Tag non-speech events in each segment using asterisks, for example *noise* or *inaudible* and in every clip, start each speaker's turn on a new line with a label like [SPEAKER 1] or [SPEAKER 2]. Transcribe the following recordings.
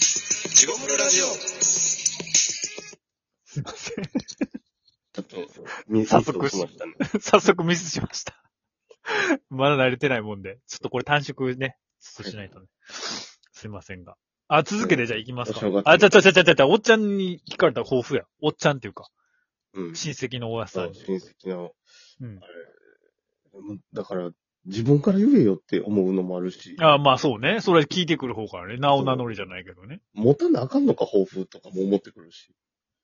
[SPEAKER 1] ちごもるラジオ
[SPEAKER 2] すいません。
[SPEAKER 1] ちょっと、ミス
[SPEAKER 2] 早
[SPEAKER 1] を
[SPEAKER 2] 速
[SPEAKER 1] しましたね。
[SPEAKER 2] 早速ミスしました。まだ慣れてないもんで、ちょっとこれ短縮ね、ちょっとしないとね。すいませんが。あ、続けてじゃあ行きますか
[SPEAKER 1] お正月。
[SPEAKER 2] あ、ちゃちゃちゃちゃちゃちゃ、おっちゃんに聞かれたら抱負や。おっちゃんっていうか、
[SPEAKER 1] うん。
[SPEAKER 2] 親戚のおやさ
[SPEAKER 1] そ
[SPEAKER 2] ん
[SPEAKER 1] う、
[SPEAKER 2] に。
[SPEAKER 1] 親戚の、
[SPEAKER 2] うん。
[SPEAKER 1] うんだから、自分から言えよって思うのもあるし、
[SPEAKER 2] あまあそうね。それ聞いてくる方からね。なお名乗りじゃないけどね。
[SPEAKER 1] 持たなあかんのか抱負とかも思ってくるし。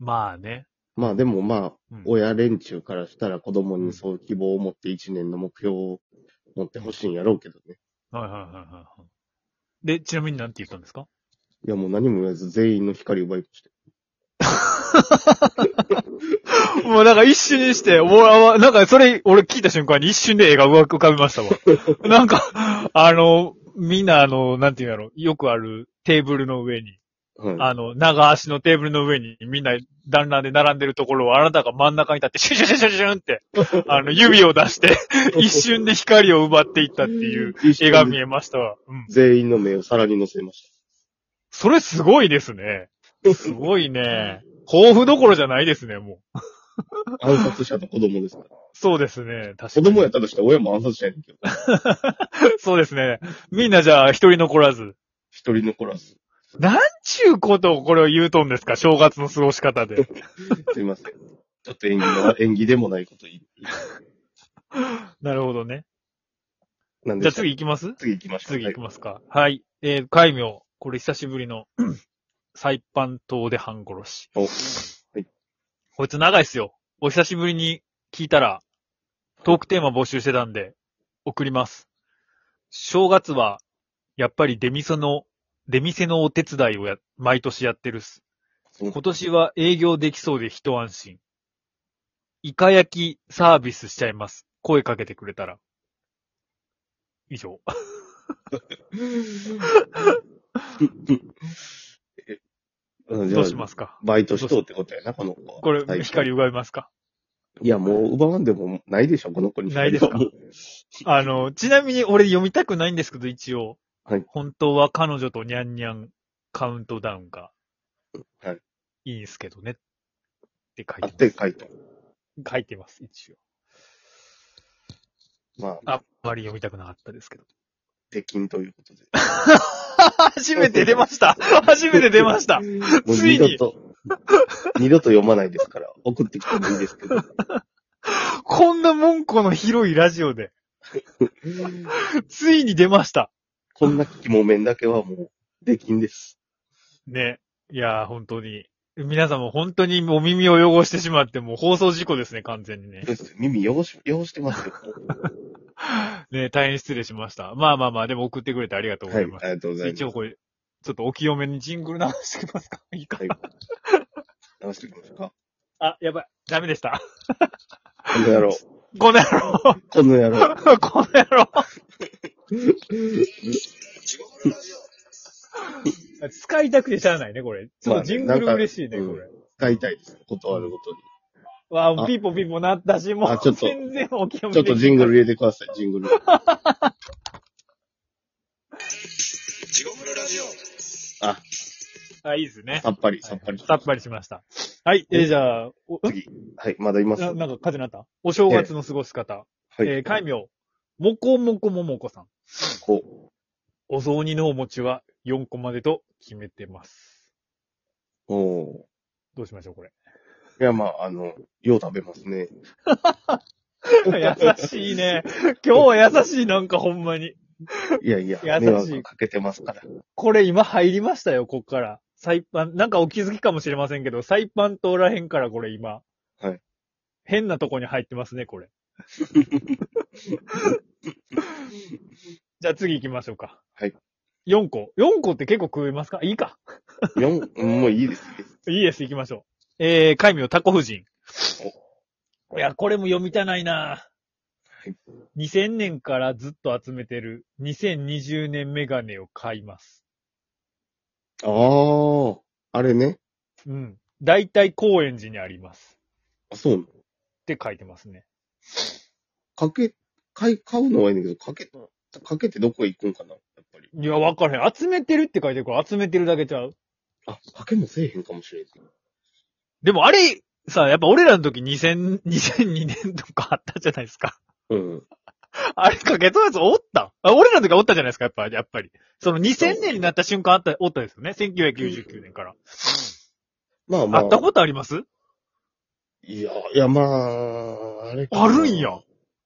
[SPEAKER 2] まあね。
[SPEAKER 1] まあでもまあ、
[SPEAKER 2] うん、
[SPEAKER 1] 親連中からしたら子供にそう希望を持って一年の目標を持ってほしいんやろうけどね。
[SPEAKER 2] はいはいはいはいはい。で、ちなみに何て言ったんですか
[SPEAKER 1] いやもう何も言わず全員の光を奪いました。
[SPEAKER 2] もうなんか一瞬にして、もうあなんかそれ、俺聞いた瞬間に一瞬で絵が浮かびまし
[SPEAKER 1] *laughs*
[SPEAKER 2] たわ。なんか、あの、みんなあの、なんていうんだろう、よくあるテーブルの上に、
[SPEAKER 1] はい。
[SPEAKER 2] あの、長足のテーブルの上にみんな団らんで並んでるところをあなたが真ん中に立って、シュシュシュシュシュンって、あの、指を
[SPEAKER 1] *laughs*
[SPEAKER 2] 出して、一瞬で光を奪っていったっていう絵が見えましたわ。うん。
[SPEAKER 1] 全員の目を皿に乗せまし
[SPEAKER 2] それすごいですね。
[SPEAKER 1] た。
[SPEAKER 2] *laughs* すごいね。
[SPEAKER 1] *laughs*
[SPEAKER 2] 抱負どころじゃないですね、もう。
[SPEAKER 1] 暗殺者と子供ですから。
[SPEAKER 2] そうですね、確かに。
[SPEAKER 1] 子供やったとしたら親も暗殺者やねんけど。
[SPEAKER 2] *laughs* そうですね。みんなじゃあ一人残らず。
[SPEAKER 1] 一人残らず。
[SPEAKER 2] なんちゅうことをこれを言うとんですか正月の過ごし
[SPEAKER 1] *laughs*
[SPEAKER 2] 方で。
[SPEAKER 1] すいません。ちょっと演技が、演技でもないこと言い。
[SPEAKER 2] なるほどね。
[SPEAKER 1] なん
[SPEAKER 2] じ
[SPEAKER 1] で
[SPEAKER 2] ゃあ
[SPEAKER 1] した
[SPEAKER 2] 次行きます
[SPEAKER 1] 次行きましょう。
[SPEAKER 2] 次行きますか。はい。えー、海名。これ久しぶりの、 *clears throat* サイパン島で半殺し。こいつ長いっすよ。お久しぶりに聞いたら、トークテーマ募集してたんで、送ります。正月は、やっぱり出店の、出店のお手伝いをや、毎年やってるっす。
[SPEAKER 1] お、
[SPEAKER 2] 今年は営業できそうで一安心。イカ焼きサービスしちゃいます。声かけてくれたら。以上。
[SPEAKER 1] うん
[SPEAKER 2] どうしますか
[SPEAKER 1] バイトしとうってことやな、この子は。
[SPEAKER 2] これ
[SPEAKER 1] は、い
[SPEAKER 2] 光奪いますか
[SPEAKER 1] いや、もう奪わんでもないでしょ、この子に。
[SPEAKER 2] ないですかあの、ちなみに俺読みたくないんですけど、一応。
[SPEAKER 1] はい
[SPEAKER 2] 本当は彼女とニャンニャンカウントダウンが。
[SPEAKER 1] はい
[SPEAKER 2] い。いんすけどね。って書い
[SPEAKER 1] あ
[SPEAKER 2] てま
[SPEAKER 1] っ
[SPEAKER 2] す。
[SPEAKER 1] て書いて。
[SPEAKER 2] 書いてます、一応。
[SPEAKER 1] まあ、
[SPEAKER 2] あんまり読みたくなかったですけど。
[SPEAKER 1] 鉄筋ということで。
[SPEAKER 2] 初めて出ました初めて出
[SPEAKER 1] *laughs*
[SPEAKER 2] ました
[SPEAKER 1] もう
[SPEAKER 2] つい
[SPEAKER 1] 二
[SPEAKER 2] に
[SPEAKER 1] 度と、二度と読まないですから、送ってきてもいいですけど。
[SPEAKER 2] こんな文庫の広いラジオで。ついに出ました。
[SPEAKER 1] こんな聞きもめんだけはもう、できんです。
[SPEAKER 2] ね。いやー、本当に。皆さんも本当にお耳を汚してしまって、もう放送事故ですね、完全にね。
[SPEAKER 1] 耳汚し、汚してますよ。
[SPEAKER 2] ね、大変失礼しました。まあまあまあ、でも送ってくれてありがとうご
[SPEAKER 1] は
[SPEAKER 2] ざ
[SPEAKER 1] い
[SPEAKER 2] いま、す。
[SPEAKER 1] ありがとうございます。
[SPEAKER 2] 一応これ、ちょっとお清めにジングル流してきますか *laughs* いいか、
[SPEAKER 1] はい直していきましょうか。
[SPEAKER 2] あ、やばい。ダメでした。
[SPEAKER 1] この野郎。
[SPEAKER 2] この野
[SPEAKER 1] *laughs*
[SPEAKER 2] 郎
[SPEAKER 1] この野郎。
[SPEAKER 2] この野
[SPEAKER 1] *laughs*
[SPEAKER 2] 郎使いたくてしゃあないね、これ。ちょっとジングル嬉しい
[SPEAKER 1] ま
[SPEAKER 2] ね、
[SPEAKER 1] あね
[SPEAKER 2] こ
[SPEAKER 1] なんか
[SPEAKER 2] れ。
[SPEAKER 1] 使いたいです。断るごとに。
[SPEAKER 2] *laughs* わあ、
[SPEAKER 1] あ
[SPEAKER 2] ピーポピーポなったし、も
[SPEAKER 1] あちょ
[SPEAKER 2] う、
[SPEAKER 1] っと
[SPEAKER 2] 全然お清め
[SPEAKER 1] ちょっとジングル入れてください、ジングル。
[SPEAKER 2] あ、いいですね。
[SPEAKER 1] さっぱり、さっぱり。
[SPEAKER 2] さっぱりしました。はい、えー、じゃあ、お
[SPEAKER 1] 次。はい、まだいます。
[SPEAKER 2] な
[SPEAKER 1] は
[SPEAKER 2] なんか風になったお正月の過ごし方。
[SPEAKER 1] い。
[SPEAKER 2] えー、海名、もこもこももこさん。
[SPEAKER 1] こ
[SPEAKER 2] お雑煮のお餅は4個までと決めてます。
[SPEAKER 1] う。お
[SPEAKER 2] どうしましょう、これ。 *laughs*
[SPEAKER 1] ーいや、まあ、あの、よう食べますね。
[SPEAKER 2] 優しいね。今日は優しい、なんかほんまに。
[SPEAKER 1] いやいや、
[SPEAKER 2] 優しい
[SPEAKER 1] 迷惑かけてますから。
[SPEAKER 2] これ今入りましたよ、こっから。サイパン、なんかお気づきかもしれませんけど、サイパン島らへんからこれ今。
[SPEAKER 1] はい。
[SPEAKER 2] 変なとこに入ってます
[SPEAKER 1] *laughs*
[SPEAKER 2] ね、これ。じゃあ次行きましょうか。
[SPEAKER 1] はい。
[SPEAKER 2] 4個。4個って結構食えますかいいか。
[SPEAKER 1] 四もういいです。
[SPEAKER 2] いいです、行きましょう。えー、海名タコ夫人。
[SPEAKER 1] お
[SPEAKER 2] いや、これも読みたないな
[SPEAKER 1] はい
[SPEAKER 2] 2000年からずっと集めてる2020年メガネを買います。
[SPEAKER 1] あー、あれね。
[SPEAKER 2] うん。大体高円寺にあります。
[SPEAKER 1] あ、そうなの。
[SPEAKER 2] って書いてますね。
[SPEAKER 1] かけ、買い、買うのはいいんだけど、かけ、かけてどこへ行くんかな、やっぱり。
[SPEAKER 2] いや、わからへん。集めてるって書いてるから集めてるだけちゃう
[SPEAKER 1] あ、賭けもせえへんかもしれん。
[SPEAKER 2] でもあれ、さ、やっぱ俺らの時2000、2002年とかあったじゃないですか。
[SPEAKER 1] うん。
[SPEAKER 2] あれかけそうやつおったあ俺らの時はおったじゃないですか、やっぱ、やっぱり。その2000年になった瞬間あった、おったですよね。1999年から。
[SPEAKER 1] まあまあ。
[SPEAKER 2] あったことあります
[SPEAKER 1] いや、いやまあ、あれかな
[SPEAKER 2] あるんや。。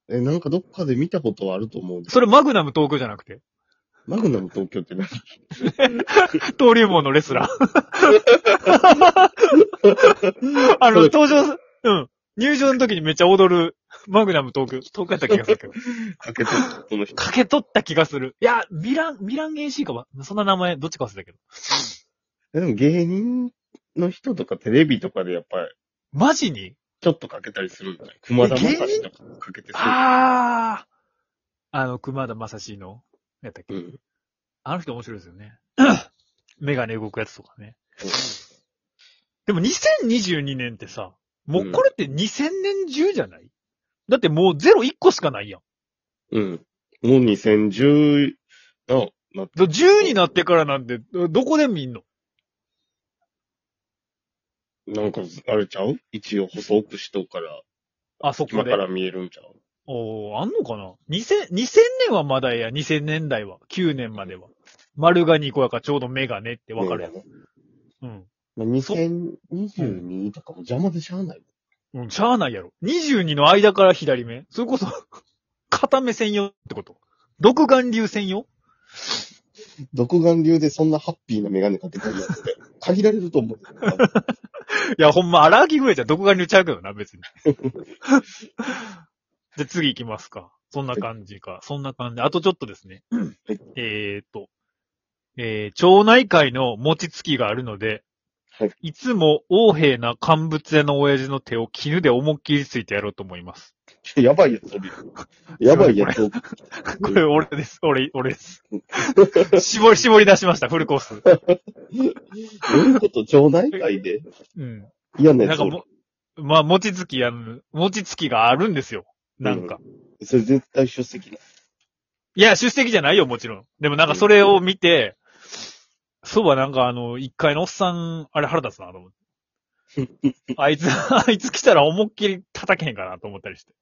[SPEAKER 1] え、なんかどっかで見たことはあると思う。
[SPEAKER 2] それマグナム東京じゃなくて。
[SPEAKER 1] マグナム東京って何
[SPEAKER 2] 登竜門のレス
[SPEAKER 1] *laughs*
[SPEAKER 2] ラー。あの、
[SPEAKER 1] そう
[SPEAKER 2] 登場す、うん。入場の時にめっちゃ踊る、マグナム東京、東京やった気がする
[SPEAKER 1] *laughs*
[SPEAKER 2] けど。
[SPEAKER 1] かけてるこの人。
[SPEAKER 2] かけ取った気がする。いや、ミラン、ミラン AC かは、そんな名前、どっちか忘れたけど。 *laughs*
[SPEAKER 1] えでも芸人の人とかテレビとかでやっぱり、
[SPEAKER 2] マジに
[SPEAKER 1] ちょっとかけたりするんだよ。熊田正史とかかけてす
[SPEAKER 2] あああの、熊田正史の、やったっけ、
[SPEAKER 1] る。うん。
[SPEAKER 2] あの人面白いですよね。 *clears throat* メガネ動くやつとかね。でも2022年ってさ、もうこれって2000年中じゃない、だってもうゼロ1個しかないやん。
[SPEAKER 1] うん。もう2010、な、なって、
[SPEAKER 2] だ10になってからなんて、どどこで見んの
[SPEAKER 1] なんか、あれちゃう一応細くしとくから、
[SPEAKER 2] あそこ
[SPEAKER 1] 今
[SPEAKER 2] で
[SPEAKER 1] か。ら見えるんちゃう
[SPEAKER 2] おーあんのかな ?2000、2000年はまだや、2000年代は。9年までは。丸が2個やからちょうどメガネってわかるやん。
[SPEAKER 1] ね
[SPEAKER 2] うん。
[SPEAKER 1] まあ、2022とかも邪魔でしゃあない。
[SPEAKER 2] うん、しゃあないやろ。22の間から左目それこそ、 *laughs* 片目専用ってこと独眼流専用
[SPEAKER 1] 独眼流でそんなハッピーなメガネかけたりやつって、限られると
[SPEAKER 2] *laughs*
[SPEAKER 1] 思う。
[SPEAKER 2] いや、ほんま、荒木増えちゃ独眼流ちゃうけど
[SPEAKER 1] *laughs*
[SPEAKER 2] な、別に。で、次行きますか。そんな感じか。そんな感じ。あとちょっとですね。
[SPEAKER 1] い
[SPEAKER 2] えーっと、えー町内会の餅つきがあるので、
[SPEAKER 1] はい
[SPEAKER 2] いつも横柄な乾物屋の親父の手を絹で思いっきりついてやろうと思います。
[SPEAKER 1] やばいやつおるやんやばいやつおる。
[SPEAKER 2] これ、俺です。俺、俺です。絞り、絞り出しました、フルコース。
[SPEAKER 1] どういうこと町内会で
[SPEAKER 2] うん。
[SPEAKER 1] 嫌な
[SPEAKER 2] な
[SPEAKER 1] や
[SPEAKER 2] ん
[SPEAKER 1] つ
[SPEAKER 2] か
[SPEAKER 1] おる。
[SPEAKER 2] も、まあ、餅つきやん、餅つきがあるんですよ。なんか。
[SPEAKER 1] それ絶対出席ない
[SPEAKER 2] いや、出席じゃないよ、もちろん。でもなんかそれを見て、そうはなんかあの、一階のおっさん、あれ腹立つなと思 *laughs* って。あいつ、あいつ来たら思いっきり叩けへんかなと思ったりして。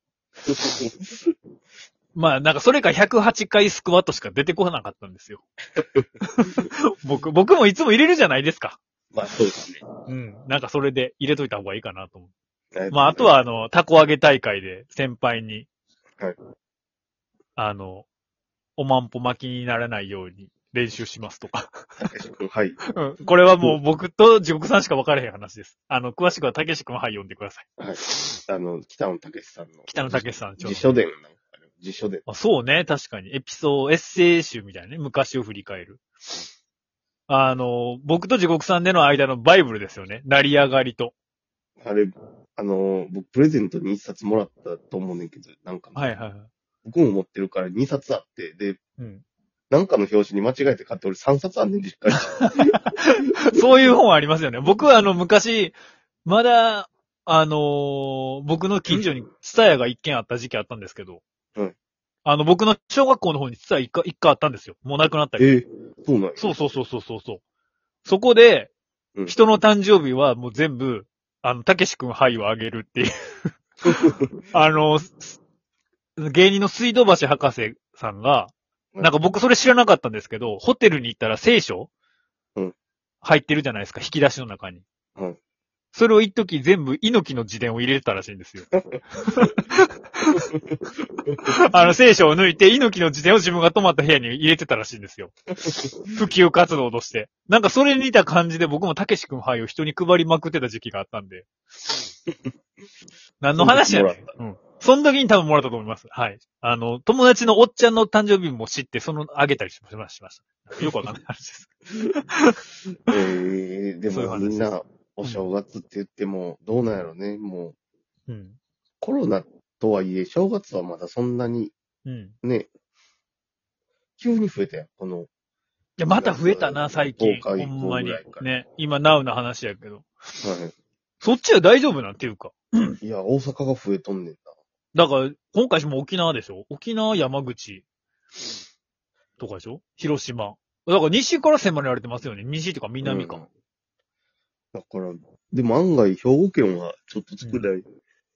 [SPEAKER 2] まあなんかそれか108回スクワットしか出てこなかったんです *laughs* よ。僕、僕もいつも入れるじゃないですか。
[SPEAKER 1] *laughs* まあそうですね。
[SPEAKER 2] うん。なんかそれで入れといた方がいいかなと思って。まあ、あと、は、あの、タコ揚げ大会で先輩に、
[SPEAKER 1] はい
[SPEAKER 2] あの、おまんぽ巻きにならないように練習しますとか。
[SPEAKER 1] たけし君、はい。
[SPEAKER 2] うんこれはもう僕と地獄さんしか分からへん話です。あの、詳しくはたけし君はい読んでください。
[SPEAKER 1] はい。あの、北野武さんの。
[SPEAKER 2] 北野武さんちょ
[SPEAKER 1] 辞書伝なんかある。辞書伝。
[SPEAKER 2] あそうね、確かに。エピソード、エッセイ集みたいなね、昔を振り返る。あの、僕と地獄さんでの間のバイブルですよね。成り上がりと。
[SPEAKER 1] あれ、あの、僕プレゼントに一冊もらったと思うねんけど、なんか、
[SPEAKER 2] はいはいはい。
[SPEAKER 1] 僕も持ってるから二冊あって、で、
[SPEAKER 2] うん。
[SPEAKER 1] なんかの表紙に間違えて買って俺三冊あんねんでしっかり。
[SPEAKER 2] そういう本ありますよね。僕はあの、昔、まだ、あのー僕の近所にツタヤが一軒あった時期あったんですけど、
[SPEAKER 1] うん
[SPEAKER 2] あの、僕の小学校の方にツタヤ一家一家あったんですよ。もうなくなったけど。
[SPEAKER 1] ええそうなんや。
[SPEAKER 2] そうそうそうそうそうそう。そこで
[SPEAKER 1] う、ん
[SPEAKER 2] 人の誕生日はもう全部、あの、たけしくんはいをあげるっ
[SPEAKER 1] *laughs*
[SPEAKER 2] ていう。あの、す芸人の水道橋博士さんが、
[SPEAKER 1] うん
[SPEAKER 2] なんか僕それ知らなかったんですけど、ホテルに行ったら聖書
[SPEAKER 1] うん
[SPEAKER 2] 入ってるじゃないですか、引き出しの中に。
[SPEAKER 1] うん
[SPEAKER 2] それを一時全部猪木の自伝を入れてたらしい
[SPEAKER 1] *laughs*
[SPEAKER 2] んですよ。 *laughs* あの、聖書を抜いて猪木の自伝を自分が泊まった部屋に入れてたらしいんです
[SPEAKER 1] *laughs*
[SPEAKER 2] よ。普及活動として。なんかそれに似た感じで僕もたけし君はいを人に配りまくってた時期があった
[SPEAKER 1] *laughs*
[SPEAKER 2] んで。何の話やねん。うん。その時に多分もらったと思います。はい。あの、友達のおっちゃんの誕生日も知って、その、あげたりしました。よくわかんない話です。
[SPEAKER 1] ええで
[SPEAKER 2] そういう
[SPEAKER 1] も
[SPEAKER 2] 話です
[SPEAKER 1] みんな、お正月って言っても、どうなんやろね。もう、
[SPEAKER 2] *laughs* うん。
[SPEAKER 1] コロナとはいえ、正月はまだそんなに、
[SPEAKER 2] うん。
[SPEAKER 1] ね、急に増えたやん。この、
[SPEAKER 2] いや、また増えたな、最近。
[SPEAKER 1] 10
[SPEAKER 2] ほ
[SPEAKER 1] 日以
[SPEAKER 2] んま
[SPEAKER 1] 降
[SPEAKER 2] に
[SPEAKER 1] ぐらいか。ら
[SPEAKER 2] ね。今、ナウな話やけど。
[SPEAKER 1] は
[SPEAKER 2] そっちは大丈夫なんていうか。
[SPEAKER 1] い。いや、大阪が増えとんねん
[SPEAKER 2] だから、今回も沖縄でしょ沖縄、山口。とかでしょ広島。だから、西から迫られてますよね。西とか
[SPEAKER 1] な。
[SPEAKER 2] 南か。
[SPEAKER 1] うんだから、でも案外、兵庫県はちょっと少ない。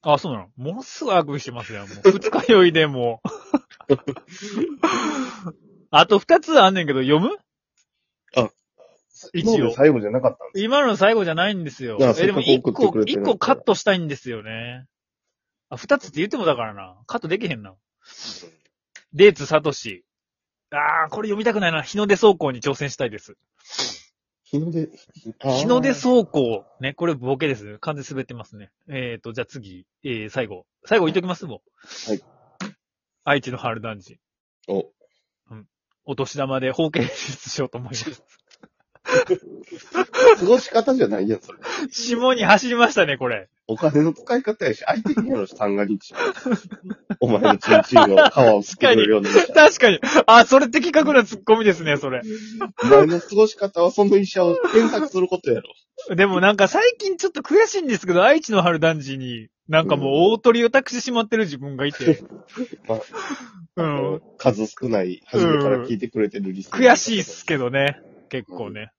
[SPEAKER 2] あ、そうなのものすごいあくびしてますね。もう二日酔い
[SPEAKER 1] *laughs*
[SPEAKER 2] でもう。あと二つあんねんけど、読む一
[SPEAKER 1] 今まで
[SPEAKER 2] 応
[SPEAKER 1] 最後じゃなかったんで
[SPEAKER 2] 今の最後じゃないんですよ。
[SPEAKER 1] いや
[SPEAKER 2] え、でも一
[SPEAKER 1] せっかく送って
[SPEAKER 2] 個、
[SPEAKER 1] くれて
[SPEAKER 2] 一
[SPEAKER 1] る
[SPEAKER 2] 個カットしたいんですよね。あ、二つって言ってもだからな。カットできへんな。デーツサトシ。あー、これ読みたくないな。日の出走行に挑戦したいです。
[SPEAKER 1] 日の出、あー
[SPEAKER 2] 日の出走行。ね、これボケです。完全に滑ってますね。えーと、じゃあ次、えー、最後。最後言っときますもう。
[SPEAKER 1] はい。
[SPEAKER 2] 愛知の春団地。
[SPEAKER 1] お、
[SPEAKER 2] お年玉で方形術しようと思います。
[SPEAKER 1] 過ごし方じゃないやん、それ。
[SPEAKER 2] 下に走りましたね、これ。
[SPEAKER 1] お金の使い方やし、相手にやろ、三が日。お前のチンチンを皮を作れるようになった。
[SPEAKER 2] 確かに。あ、それ的確なツッコミですね、それ。
[SPEAKER 1] お前の過ごし方はその医者を検索することやろ。
[SPEAKER 2] でもなんか最近ちょっと悔しいんですけど、愛知の春団地に、なんかもう大鳥を託してしまってる自分が
[SPEAKER 1] *laughs*
[SPEAKER 2] いて。う
[SPEAKER 1] あ
[SPEAKER 2] ん
[SPEAKER 1] の。数少ない、初めから聞いてくれてるリスナー
[SPEAKER 2] 悔しいっすけどね。結構ね。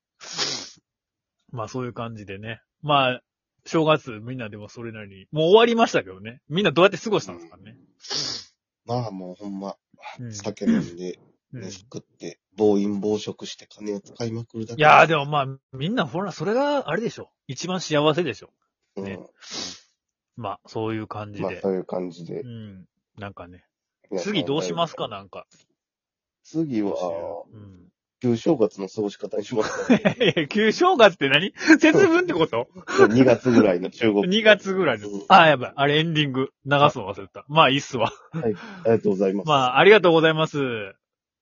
[SPEAKER 2] まあそういう感じでね。まあ、正月みんなでもそれなりに、もう終わりましたけどね。みんなどうやって過ごしたんですかね。
[SPEAKER 1] まあもうほんま、
[SPEAKER 2] うん
[SPEAKER 1] 酒飲んで、
[SPEAKER 2] うん
[SPEAKER 1] 飯食って、暴飲暴食して金を使いまくるだ
[SPEAKER 2] い
[SPEAKER 1] け。
[SPEAKER 2] やーでもまあ、みんなほら、それがあれでしょ。一番幸せでしょ。
[SPEAKER 1] うん
[SPEAKER 2] ねまあ、そういう感じ
[SPEAKER 1] まあ
[SPEAKER 2] で。
[SPEAKER 1] そういう感じで
[SPEAKER 2] う。ん。なんかね。次どうしますかなんか。
[SPEAKER 1] 次は、
[SPEAKER 2] うん。
[SPEAKER 1] 旧正月の過ごし方にしますか、
[SPEAKER 2] *laughs* いやいや旧正月って何節分ってこと
[SPEAKER 1] 2月ぐらいの中国。
[SPEAKER 2] ?2 月ぐらいの。あー、やばい。あれエンディング。流すの忘れた。まあ、いいっすわ。
[SPEAKER 1] ありがとうございます。
[SPEAKER 2] まあ、ありがとうございます。